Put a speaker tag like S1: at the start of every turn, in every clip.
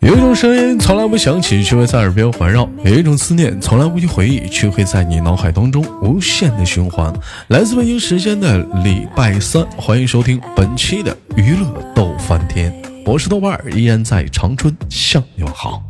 S1: 有一种声音从来不响起，却会在耳边环绕；有一种思念从来不去回忆，却会在你脑海当中无限的循环。来自北京时间的礼拜三，欢迎收听本期的娱乐逗翻天，我是豆瓣儿，依然在长春向你们好。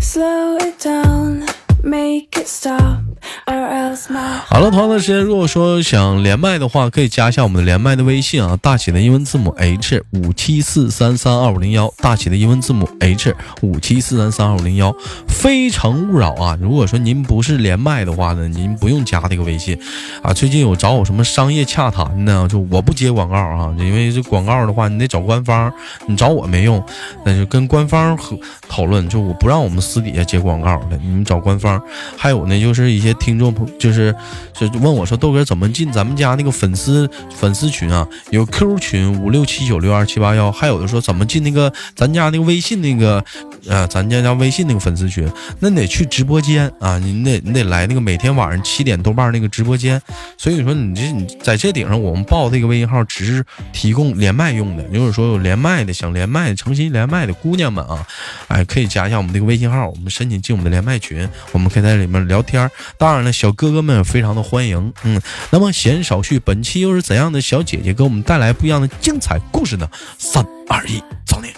S2: Slow it down, make it stop, or else my
S1: 好了，同样的时间，如果说想连麦的话，可以加一下我们的连麦的微信啊，大写的英文字母 H 五七四三三二五零幺，大写的英文字母 H 五七四三三二五零幺。非诚勿扰啊！如果说您不是连麦的话呢，您不用加这个微信啊。最近有找我什么商业洽谈呢？就我不接广告啊，因为这广告的话，你得找官方，你找我没用，那就跟官方和讨论，就我不让我们私底下接广告了，你们找官方。还有呢，就是一些听众朋，就是就问我说豆哥怎么进咱们家那个粉丝粉丝群啊？有 Q 群五六七九六二七八幺，还有的说怎么进那个咱家那个微信那个，呃，咱家家微信那个粉丝群，那你得去直播间啊，你得你得来那个每天晚上七点豆瓣那个直播间。所以说你这你在这顶上，我们报这个微信号只是提供连麦用的，就是说有连麦的想连麦的诚心连麦的姑娘们啊，哎，可以加一下我们这个微信号，我们申请进我们的连麦群，我们可以在里面聊天儿。当然了，小哥哥们也非常的欢迎。嗯，那么闲少叙，本期又是怎样的小姐姐给我们带来不一样的精彩故事呢？三二一，走你！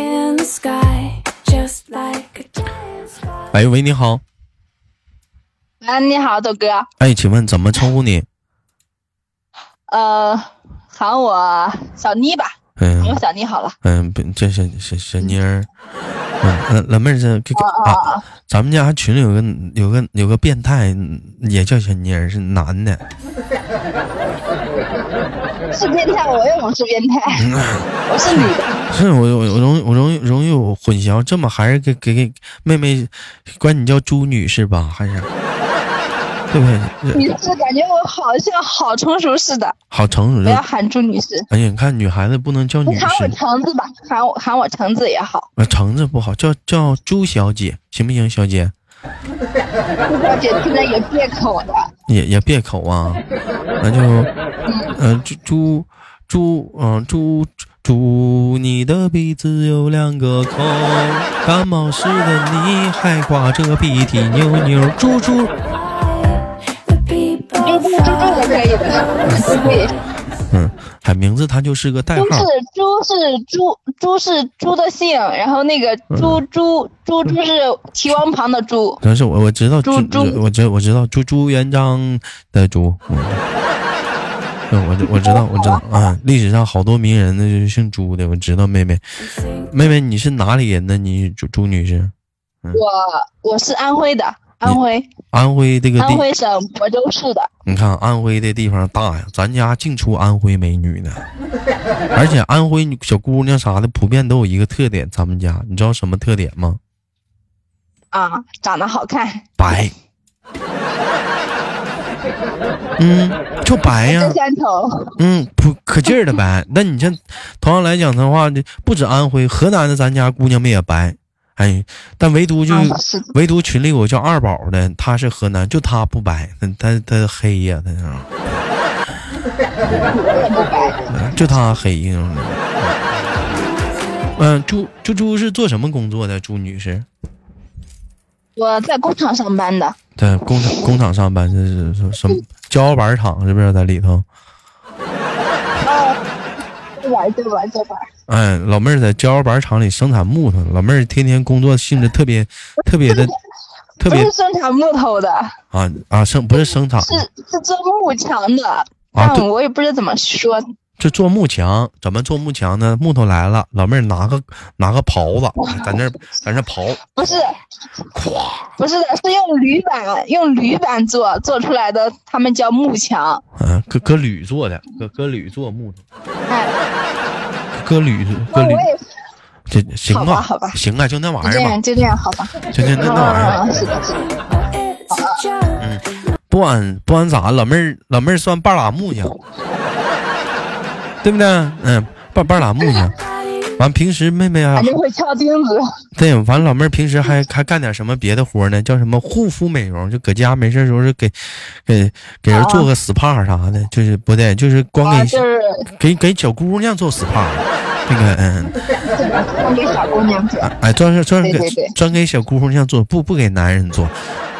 S2: in the sky, just like a giant sky.
S1: 哎喂，你好，
S3: 哎，你好，豆哥。
S1: 哎，请问怎么称呼你？
S3: 呃，喊我小妮吧，喊我
S1: 嗯
S3: 小妮好了。
S1: 嗯，不这是小小妮儿。嗯，嗯，老妹儿，这这个啊，咱们家群里有个有个有个变态，也叫小妮儿，是男的。
S3: 是变态，我又不是变 态，我是女的。
S1: 是 我我我容易我容易容易有混淆，这么还是给给给妹妹管你叫朱女士吧，还是对不对？
S3: 你是感觉我好像好成熟似的，
S1: 好成熟
S3: 不
S1: 这，
S3: 要喊朱女士，
S1: 哎呀，你看女孩子不能叫嗯
S3: 你
S1: 女
S3: 喊我
S1: 士，
S3: 橙子吧，喊我喊我橙子也好。
S1: 啊，橙子不好，叫叫朱小姐行不行？小姐
S3: 朱小姐现在有借口了，
S1: 也也别口啊，那就呃朱朱朱嗯、呃朱朱，你的鼻子有两个孔，感冒时的你还挂着鼻涕扭扭，猪猪。
S2: The people
S3: 朱朱朱朱也可 以的，可以。
S1: 嗯，哎，名字它就是个代
S3: 朱
S1: 号
S3: 是。朱是猪，猪是猪的姓，然后那个
S1: 嗯
S3: 猪猪猪猪是提王旁的猪。
S1: 但是我我知道
S3: 猪猪
S1: 我知我知道猪朱元璋的猪，嗯，嗯我知我知道我知道啊，历史上好多名人呢就是姓朱的，我知道妹妹，妹妹你是哪里人呢？你朱朱女士，
S3: 我我是安徽的，安徽。
S1: 安徽这个
S3: 安
S1: 地，
S3: 徽省亳州市的，
S1: 你看安徽这地方大呀，咱家净出安徽美女呢，而且安徽女小姑娘啥的普遍都有一个特点，咱们家你知道什么特点吗？
S3: 啊，长得好看，
S1: 白，嗯，就白呀、
S3: 真三头，
S1: 嗯，不可劲儿的白。那你像同样来讲的话，这不止安徽，河南的咱家姑娘们也白。哎，但唯独就、
S3: 啊是
S1: 唯独群里有个叫二宝的，她是河南，就她不白，她她她黑呀、她是，
S3: 也不白，
S1: 就她黑呀。嗯，朱朱朱是做什么工作的？朱女士
S3: 我在工厂上班的，
S1: 在工厂工厂上班，这是什什么胶板厂是不是在里头？
S3: 这玩这玩这玩，
S1: 哎，老妹儿在胶板厂里生产木头，老妹儿天天工作性质特别特别 的，特
S3: 不
S1: 别
S3: 是生产木头的，
S1: 啊啊生不是生产，
S3: 是是做幕墙的，
S1: 啊
S3: 但
S1: 对
S3: 我也不知道怎么说，
S1: 就做幕墙，怎么做幕墙呢？木头来了，老妹儿拿个拿个刨子，在那儿在那儿刨，
S3: 不是
S1: 咵
S3: 不是的，是用铝板用铝板做做出来的，他们叫幕墙，
S1: 啊，搁搁铝做的，搁搁铝做木头，
S3: 哎，
S1: 搁铝
S3: 那
S1: 搁
S3: 我
S1: 铝，
S3: 也
S1: 这行
S3: 好吧好吧
S1: 行啊，就那玩
S3: 就
S1: 意
S3: 这
S1: 儿
S3: 样
S1: 吧，
S3: 就这样好吧，
S1: 就就那那玩意儿吧。
S3: 啊，是的，是的，
S2: it's a joke.
S1: 不管不管咋，老妹儿老妹儿算半拉木匠，对不对？嗯，半半拉木匠。完，平时妹妹啊
S3: 反，正会敲钉子，
S1: 对，完老妹儿平时还还干点什么别的活呢？叫什么护肤美容？就搁家没事儿时候是给给给人做个 SPA 啥的，就是不对，就是光
S3: 啊，
S1: 给、
S3: 就是
S1: 给给小姑娘做 SPA，那个嗯，
S3: 专给小姑娘做。
S1: 哎，专是专给
S3: 对对对
S1: 专给小姑娘做，不不给男人做，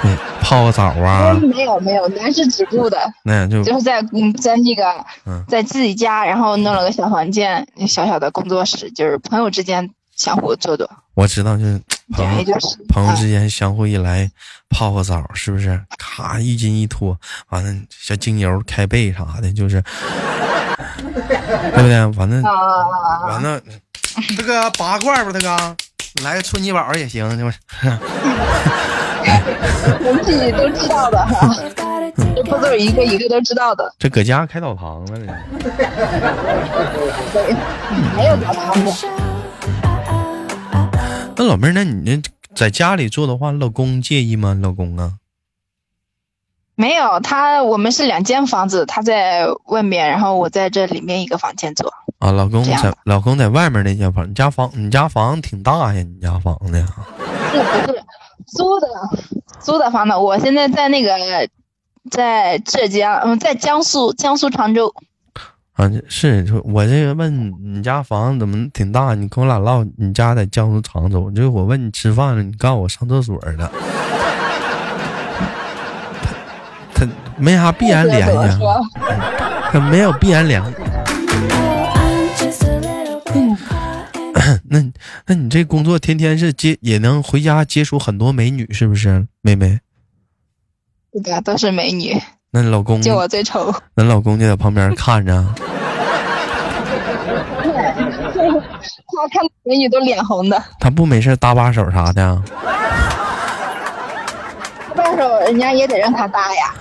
S1: 嗯，泡个澡啊，
S3: 没有没有，男是止住的，
S1: 那样就
S3: 嗯就是在嗯在那个
S1: 嗯
S3: 在自己家，然后弄了个小房间，小小的工作室，就是朋友之间相互做做，
S1: 我知道，就是朋
S3: 也
S1: 友
S3: 就是
S1: 朋友
S3: 啊
S1: 之间相互一来泡个澡，是不是？咔，浴巾一脱，完了小精油开背啥的，就是，对不对？完了
S3: 啊啊啊
S1: 完了，这个拔罐吧，大哥，来个搓泥宝也行，就是
S3: 我们自己都知道的哈， 这步骤一个一个都知道的，
S1: 这搁家开澡堂了呢。
S3: 没有澡堂子。
S1: 那老妹儿，那你这在家里做的话，老公介意吗？老公啊，
S3: 没有，他我们是两间房子，他在外面，然后我在这里面一个房间做。
S1: 啊，老公
S3: 这样
S1: 在老公在外面那间房，你家房你家房挺大呀，你家房子呀，
S3: 是不是租的租的房子？我现在在那个在浙江，嗯，在江苏江苏常州。
S1: 啊，是说我这个问你家房子怎么挺大？你跟我俩唠，你家在江苏常州，就是我问你吃饭了，你告诉我上厕所了，他他没啥必然联
S3: 怎
S1: 系
S3: 么
S1: 啊，
S3: 说？
S1: 他没有必然联系。那那你这工作天天是接也能回家接触很多美女，是不是，妹妹？
S3: 对的，都是美女，
S1: 那老公，
S3: 就我最丑。
S1: 那老公就在旁边看着啊，
S3: 他看到美女都脸红的，
S1: 他不没事搭把手啥的啊。
S3: 到时候人家也得让他搭呀。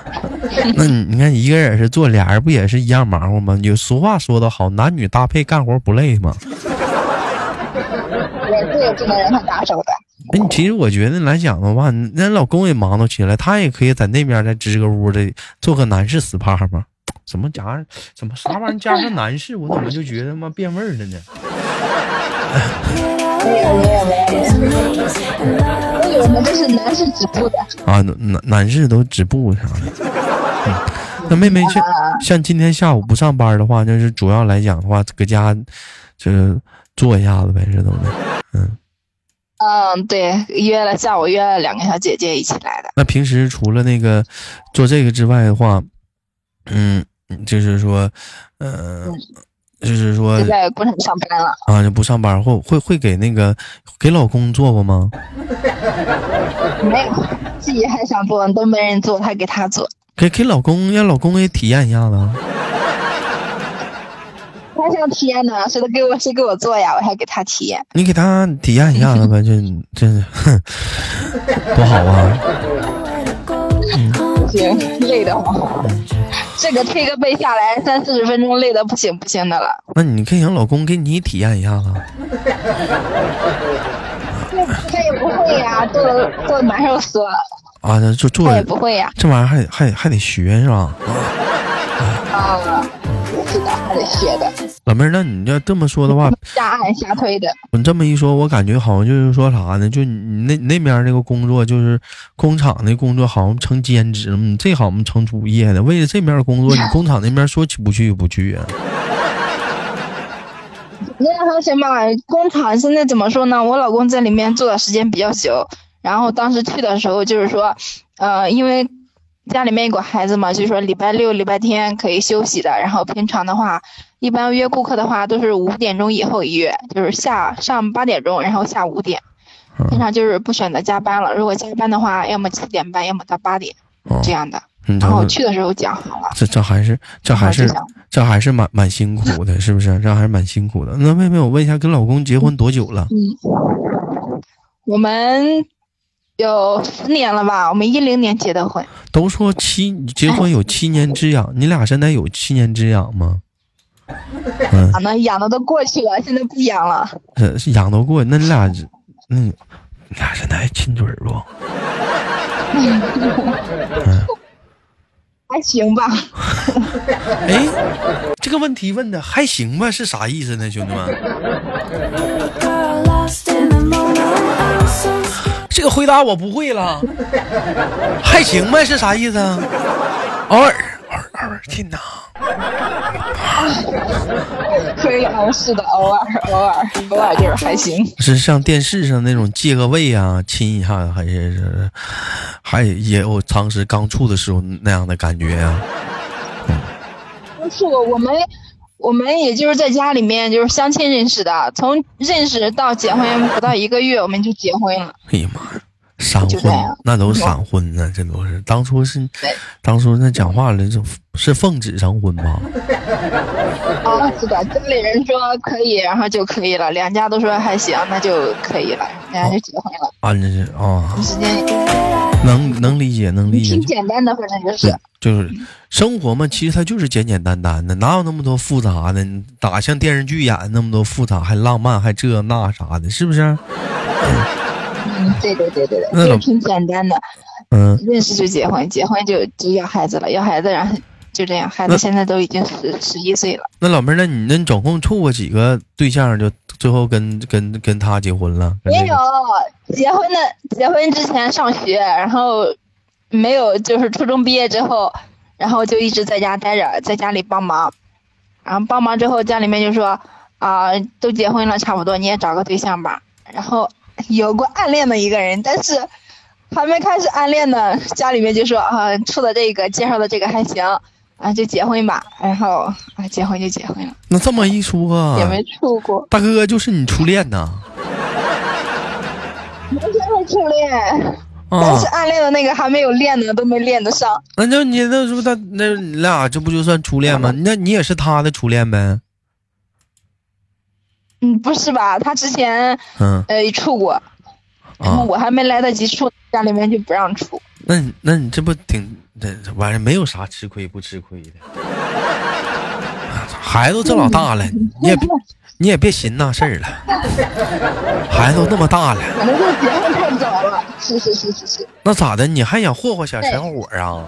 S1: 那你你看一个人是做，俩人不也是一样忙活吗？有俗话说得好，男女搭配干活不累吗？
S3: 我这也不能让他搭手的。
S1: 那哎你其实我觉得来讲的话，那老公也忙碌起来，他也可以在那边再支个屋的做个男士 SPA 嘛。怎么加怎么啥玩意儿加上男士，我怎么就觉得他妈变味儿了呢？
S3: 没有没有没有，所以我们这是男士止步的。
S1: 啊，男男士都止步啥的。嗯那妹妹像像今天下午不上班的话，就是主要来讲的话，搁家就是做一下子呗，这都是。嗯，
S3: 嗯，对，约了下午约了两个小姐姐一起来的。
S1: 那平时除了那个做这个之外的话，嗯，就是说，呃，就是说
S3: 就嗯在工厂上班了，
S1: 啊，就不上班会会会给那个给老公做过吗？
S3: 没有自己还想做，都没人做，还给他做。
S1: 给给老公让老公也体验一下子啊。
S3: 他想体验呢，谁都给我谁给我做呀，我还给他体验。
S1: 你给他体验一下子呗，这这 哼，多好啊！
S3: 行，累得慌。这个推个背下来三四十分钟，累得不行不行的了。
S1: 那你可以让老公给你体验一下子。
S3: 他也不会呀，做的做的难受死了。
S1: 啊，那就做
S3: 他也不会呀，
S1: 这玩意儿还得还得还得学是吧？
S3: 啊，是的，还得学的，
S1: 老妹儿，那你要这么说的话，
S3: 瞎按瞎推的。
S1: 你这么一说，我感觉好像就是说啥呢？就你那那边那个工作，就是工厂那工作，好像成兼职了，你这好像成主业的。为了这面工作，你工厂那边说去不去不去啊？
S3: 那还行吧，工厂现在怎么说呢？我老公在里面做的时间比较久，然后当时去的时候就是说，呃，因为家里面管孩子嘛，就是说礼拜六、礼拜天可以休息的，然后平常的话，一般约顾客的话都是五点钟以后一约，就是下上八点钟，然后下五点，
S1: 嗯
S3: 平常就是不选择加班了。如果加班的话，要么七点半，要么到八点
S1: 哦
S3: 这样的。
S1: 你
S3: 然
S1: 瞅
S3: 后去的时候讲好了，
S1: 这这还是这还
S3: 我
S1: 是
S3: 知道
S1: 这还是蛮蛮辛苦的，是不是？这还是蛮辛苦的。那妹妹，我问一下，跟老公结婚多久了？
S3: 嗯我们有十年了吧？我们一零年结的婚。
S1: 都说七结婚有七年之痒，你俩现在有七年之痒吗？嗯，
S3: 养的养的都过去了，现在不养了。
S1: 这是痒都过，那你俩，嗯，你俩现在还亲嘴儿不？
S3: 还行吧，
S1: 哎，这个问题问的还行吧，是啥意思呢，兄弟们？这个回答我不会了，还行吧是啥意思啊？偶尔，偶尔，偶尔，天哪！
S3: 亏了，是的，偶尔偶尔偶尔就是还行。
S1: 是像电视上那种借个位啊，亲一下子，还是是还也有当时刚处的时候那样的感觉啊？
S3: 是我我们我们也就是在家里面就是相亲认识的，从认识到结婚不到一个月我们就结婚了。
S1: 哎呀妈呀，闪
S3: 就
S1: 婚
S3: 这样
S1: 那都闪婚呢，这都是当初是
S3: 对，
S1: 当初那讲话了，这是奉旨成婚吧？
S3: 啊，是的，家里人说可以，然后就可以了，两家都说还行，那就可以了，然后就结婚了。
S1: 啊，这是啊，
S3: 时间
S1: 能能理解，能理解
S3: 挺。简单的，反正就是
S1: 对，就是生活嘛，其实它就是简简单单的，哪有那么多复杂的？你打像电视剧演的那么多复杂，还浪漫，还这那啥的，是不是？
S3: 嗯，对对对对
S1: 那
S3: 对，就
S1: 种
S3: 挺简单的，
S1: 嗯，
S3: 认识就结婚，结婚就就要孩子了，要孩子然后就这样，孩
S1: 那
S3: 子现在都已经十十一岁了。
S1: 那老妹儿，那你那你总共处过几个对象，就最后跟跟跟他结婚了？跟那
S3: 没
S1: 个
S3: 有结婚的，结婚之前上学，然后没有就是初中毕业之后，然后就一直在家待着，在家里帮忙，然后帮忙之后家里面就说啊、都结婚了，差不多你也找个对象吧。然后有过暗恋的一个人，但是还没开始暗恋呢，家里面就说啊、处的这个介绍的这个还行。啊，就结婚吧，然后啊，结婚就结婚了，
S1: 那这么一说啊
S3: 也，没处过，
S1: 大哥就是你初恋呐？
S3: 没有初恋。但
S1: 啊
S3: 是，暗恋的那个还没有练呢，都没练得上。
S1: 那就你那是不是他那你俩这不就算初恋吗？那你也是他的初恋呗？
S3: 嗯，不是吧？他之前
S1: 嗯
S3: 呃处过，然
S1: 啊
S3: 后，我还没来得及处，家里面就不让处。
S1: 那你那你这不挺这这玩意儿没有啥吃亏不吃亏的，孩子都这老大了，你也别你也别寻那事儿了，孩子都那么大了，
S3: 反正就是结婚太早了。是是是是是，
S1: 那咋的？你还想霍霍小小伙儿啊？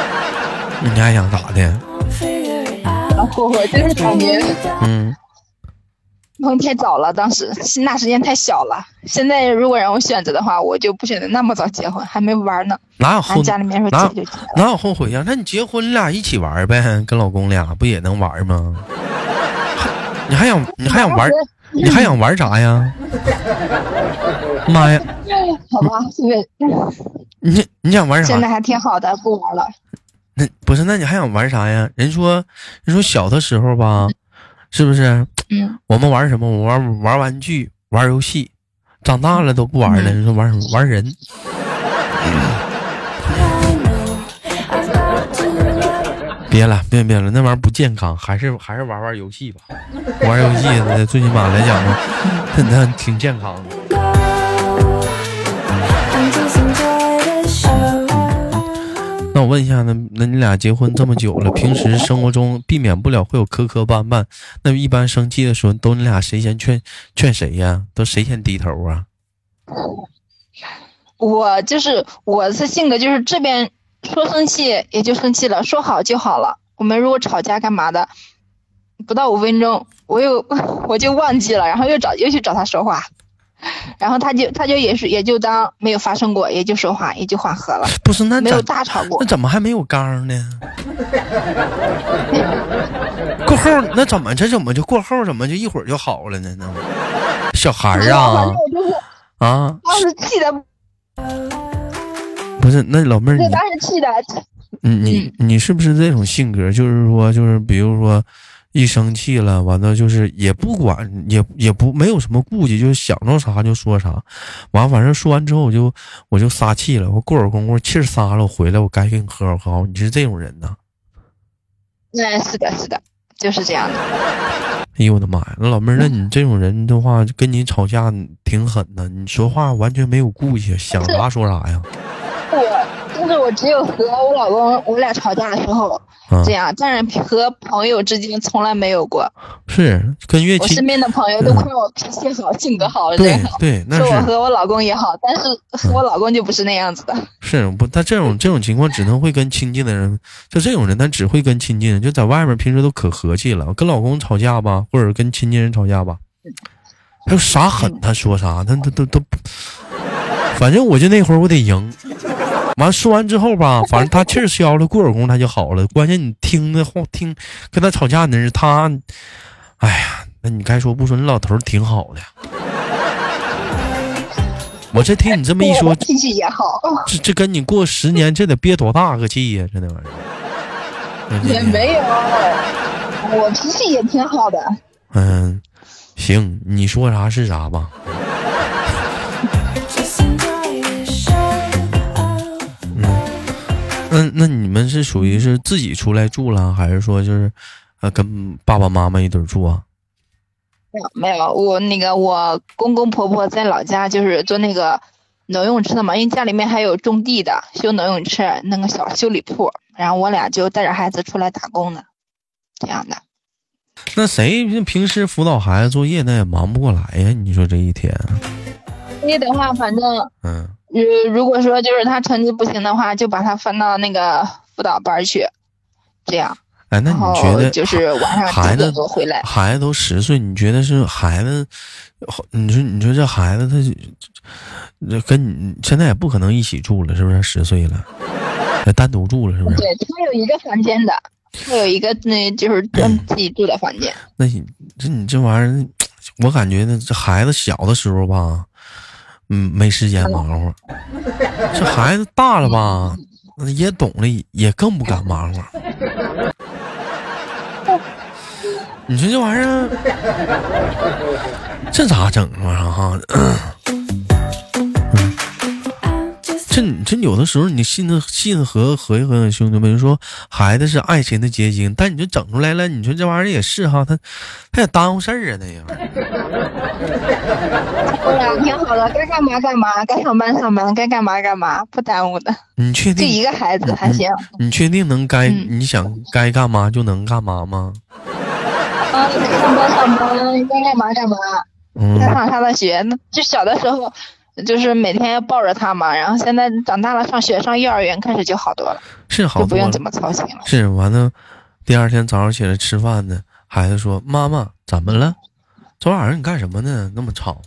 S1: 你还想咋的？
S2: Figure it
S3: 然
S2: out.
S3: 后我就是感觉结
S2: down.
S1: 嗯，
S3: 婚太早了，当时那时间太小了。现在如果让我选择的话，我就不选择那么早结婚，还没玩呢。
S1: 哪有
S3: 然后
S1: 后
S3: 家里面说
S1: 哪
S3: 结
S1: 有
S3: 就结了。
S1: 哪有后悔呀、那你结婚俩一起玩儿呗，跟老公俩不也能玩儿吗？ 你还想你还想玩儿？你还想玩儿啥呀？妈呀！
S3: 好吧，现在
S1: 你这你想玩啥
S3: 现？在还挺好的，不玩了。
S1: 那不是，那你还想玩啥呀？人说，人说小的时候吧，是不是？
S3: 嗯，
S1: 我们玩什么？我玩玩玩具，玩游戏。长大了都不玩了，
S3: 嗯
S1: 你说玩什么？玩人？
S2: I know I've got to love.
S1: 别了，别别了，那玩意儿不健康，还是还是玩玩游戏吧。玩游戏呢，最起码来讲呢， 那那挺健康的。
S2: And just enjoy the show.
S1: 那我问一下，那那你俩结婚这么久了，平时生活中避免不了会有磕磕绊绊，那么一般生气的时候，都你俩谁先劝劝谁呀？都谁先低头啊？
S3: 我就是我的性格就是这边说生气也就生气了，说好就好了。我们如果吵架干嘛的，不到五分钟，我又我就忘记了，然后又找又去找他说话，然后他就他就也是也就当没有发生过，也就说话也就缓和了，
S1: 不是，那
S3: 没有
S1: 咋
S3: 大吵过
S1: 那。怎么还没有缸呢？ 过后那怎么这怎么就过后怎么就一会儿就好了呢？那小孩 儿
S3: 反
S1: 啊
S3: 正我就是
S1: 啊，
S3: 当时气的，
S1: 不是那老妹儿
S3: 对，当时气哎的，
S1: 你嗯你
S3: 嗯
S1: 你是不是这种性格？就是说就是比如说一生气了，完了就是也不管也也不没有什么顾忌，就是想着啥就说啥，完反正说完之后我就我就撒气了，我过会儿功夫气儿撒了，我回来我该给你喝口好，你是这种人呐？
S3: 嗯，是的，是的，就是这样的。
S1: 哎呦我的妈呀！那老妹儿，那你这种人的话，跟你吵架挺狠的，你说话完全没有顾忌，想啥说啥呀？
S3: 我就是我只有和我老公我俩吵架的时候，
S1: 啊
S3: 这，样，但是和朋友之间从来没有过。
S1: 是跟越
S3: 我
S1: 亲
S3: 身，边的朋友都夸我脾气好、性格好，
S1: 嗯对
S3: 人好。
S1: 对，那
S3: 说我
S1: 是嗯
S3: 和我老公也好，但是和我老公就不是那样子的。
S1: 是不？他这种这种情况只能会跟亲近的人，就这种人，他只会跟亲近人，就在外面平时都可和气了，跟老公吵架吧，或者跟亲近人吵架吧，还有啥狠他说啥，他他都都不，反正我就那会儿我得赢，完说完之后吧，反正他气儿消了，过会儿功夫他就好了。关键你听的话，听跟他吵架的人，他，哎呀，那你该说不说，你老头儿挺好的。我这听你这么一说，嗯
S3: 脾气也好，
S1: 这这跟你过十年，这得憋多大个气呀、这那玩意儿。
S3: 也没有，我脾气也挺好的。
S1: 嗯，行，你说啥是啥吧。
S2: Just enjoy the show.
S1: 那那你们是属于是自己出来住了，还是说就是，呃，跟爸爸妈妈一堆儿住啊？
S3: 没有，我那个我公公婆婆在老家就是做那个农用车的嘛，因为家里面还有种地的，修农用车，弄个小修理铺，然后我俩就带着孩子出来打工的，这样的。
S1: 那谁平时辅导孩子作业，那也忙不过来呀？你说这一天，啊
S3: 所以的话，反正
S1: 嗯，
S3: 如呃如果说就是他成绩不行的话，就把他分到那个辅导班儿去，这样。
S1: 哎，那
S3: 然
S1: 你
S3: 后
S1: 觉得
S3: 就是晚上
S1: 孩
S3: 九
S1: 子
S3: 点多回来，
S1: 孩子都十岁，你觉得是孩子？你说你说这孩子他，这跟你现在也不可能一起住了，是不是？十岁了， 得单独住了，是不是？
S3: 对他有一个房间的，他有一个那就是专自己住的房间。
S1: 那你这你这玩意儿，我感觉呢，这孩子小的时候吧，嗯，没时间忙活。这孩子大了吧，也懂了，也更不敢忙活。 你说这玩意儿，这咋整啊？哈，
S2: I'm just
S1: 这你这有的时候你信思信思合合一合，兄弟们说孩子是爱情的结晶，但你就整出来了，你说这玩意儿也是哈，他他也耽误事儿啊，那样。
S3: 对哎呀、挺好的，该干嘛干嘛，该上班上班，该干嘛干嘛，不耽误的。
S1: 你确
S3: 就
S1: 定？
S3: 一个孩子还行，
S1: 你确定能该、
S3: 嗯
S1: 你想该干嘛就能干嘛吗？
S3: 啊，该上班上班，该干嘛干嘛，
S1: 嗯
S3: 该上他的学。那就小的时候，就是每天要抱着他嘛，然后现在长大了，上学上幼儿园开始就好多了，
S1: 是好
S3: 就不
S1: 多
S3: 用
S1: 了
S3: 怎么操心了。
S1: 是完了，第二天早上起来吃饭呢，孩子说：“妈妈，怎么了？昨晚上你干什么呢？那么吵。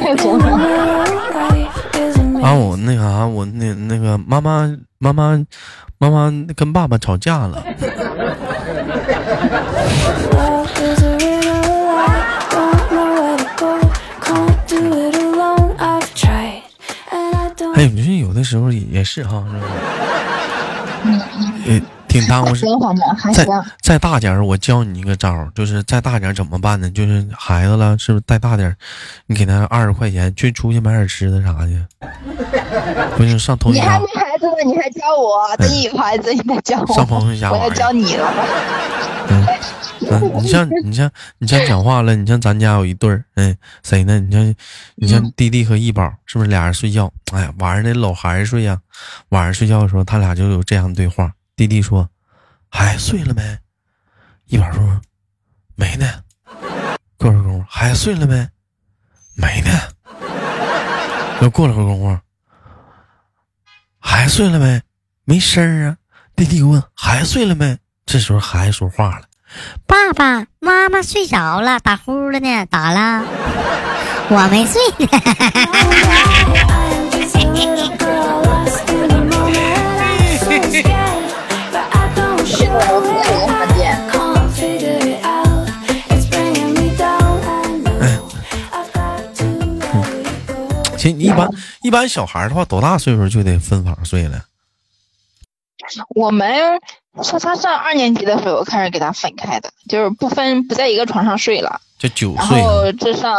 S3: 太怂了。
S2: life is a me.
S1: 啊，我那啥、我那那个妈妈妈妈妈妈跟爸爸吵架了。
S2: Love is a riddle. I don't know where to go. Can't do it alone. I've tried, and I don't.
S1: 哎，你说有的时候也也是哈，是吧？
S3: 嗯
S1: 也挺耽误事。
S3: 行，反正还
S1: 再
S3: 行。
S1: 再大点儿，我教你一个招儿，就是再大点儿怎么办呢？就是孩子了，是不是再大点儿，你给他二十块钱，去出去买点吃的啥去，不是上同
S3: 你
S1: 学
S3: 还
S1: 家
S3: 没，孩子呢，你还教我？等你有孩子，你再教我。
S1: 上朋友家
S3: 我
S1: 玩
S3: 要
S1: 儿
S3: 教你了吧？
S1: 嗯嗯，你像你像你像讲话了，你像咱家有一对儿，嗯，谁呢？你像你像弟弟和易宝，是不是俩人睡觉？哎呀，晚上得搂孩子睡呀、晚上睡觉的时候，他俩就有这样的对话。弟弟说：“孩子睡了没？”易宝说：“没呢。”过了会儿功夫，孩子睡了没？没呢。又过了会儿功夫，孩子睡了没？没声儿啊。弟弟问：“孩子睡了没？”这时候孩子说话了。
S4: 爸爸妈妈睡着了，打呼了呢，咋了？ 我没睡呢。
S2: I'm just a little girl lost in the moment. I'm so scared, but I don't show it. I can't figure it out. It's bringing me down. I know I've got to let it go.
S1: 其实一般一般小孩的话，多大岁数就得分房睡了？
S3: 我们上他上二年级的时候开始给他分开的，就是不分不在一个床上睡了。
S1: 就九
S3: 然
S1: 岁啊
S3: 后这上，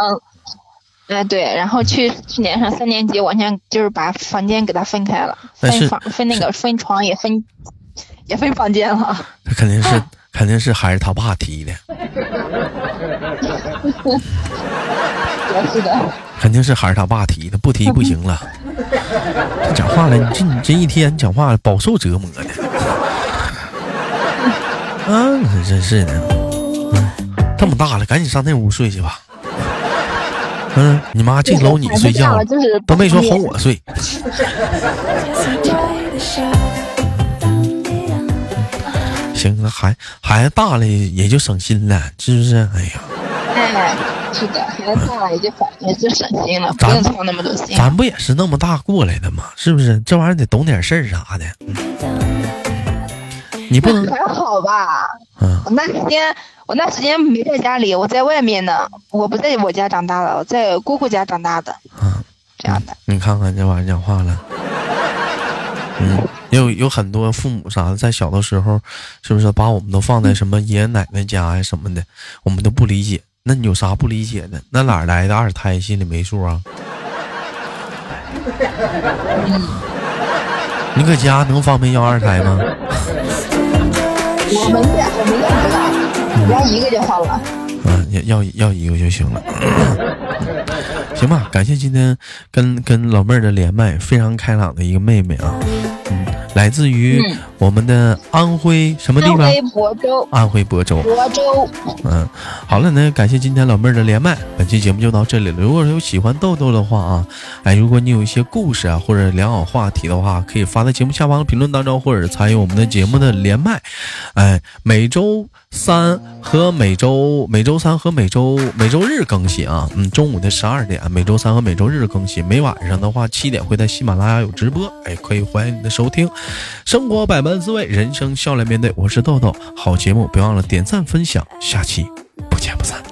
S3: 哎对，然后去去年上三年级，完全就是把房间给他分开了，
S1: 但是
S3: 分房分那个分床也分也分房间了。
S1: 这肯定 是肯定是还是他爸踢的，
S3: 也是的，
S1: 肯定是还是他爸踢的，不踢不行了。 这讲话了，你这你这一天讲话了，饱受折磨的。啊，你真是的，嗯，这么大了，赶紧上那屋睡去吧。嗯，你妈净搂你
S3: 孩子
S1: 睡
S3: 大
S1: 觉
S3: 了，就是
S1: 都没说哄我睡。
S2: Just enjoy the show. Dum dee dum.
S1: 行，那孩孩子大了也就省心了，是不是？哎呀，
S3: 哎，是的，孩子大了也就反也就省心了，不
S1: 咱
S3: 用操那么多心。
S1: 咱不也是那么大过来的吗？是不是？这玩意儿得懂点事儿啥的，你不能
S3: 还好吧？
S1: 嗯
S3: 我那时间我那时间没在家里，我在外面呢。我不在我家长大的，我在姑姑家长大的，
S1: 啊。
S3: 这样的。
S1: 你看看这玩意儿讲话了，嗯，有有很多父母啥的，在小的时候，是不是把我们都放在什么爷爷奶奶家呀什么的，我们都不理解。那你有啥不理解的？那哪儿来的二胎心里没数啊？你搁家能方便要二胎吗？
S3: 我们家我们家不大，我家一个就好了。
S1: 嗯，要要要一个就行了。 行吧，感谢今天跟跟老妹儿的连麦，非常开朗的一个妹妹啊，嗯，来自于我们的安徽什么地
S3: 嗯安
S1: 方？
S3: 徽亳州，
S1: 安徽亳州。
S3: 亳州，
S1: 嗯，好了，那感谢今天老妹儿的连麦，本期节目就到这里了。如果有喜欢豆豆的话啊，哎，如果你有一些故事啊或者良好话题的话，可以发在节目下方的评论当中，或者参与我们的节目的连麦。哎，每周三和每周每周三和每周每周日更新啊，嗯，中午的十二点，每周三和每周日更新。每晚上的话，七点会在喜马拉雅有直播，哎，可以欢迎你的收听。生活百般滋味，人生笑来面对。我是豆豆，好节目别忘了点赞分享，下期不见不散。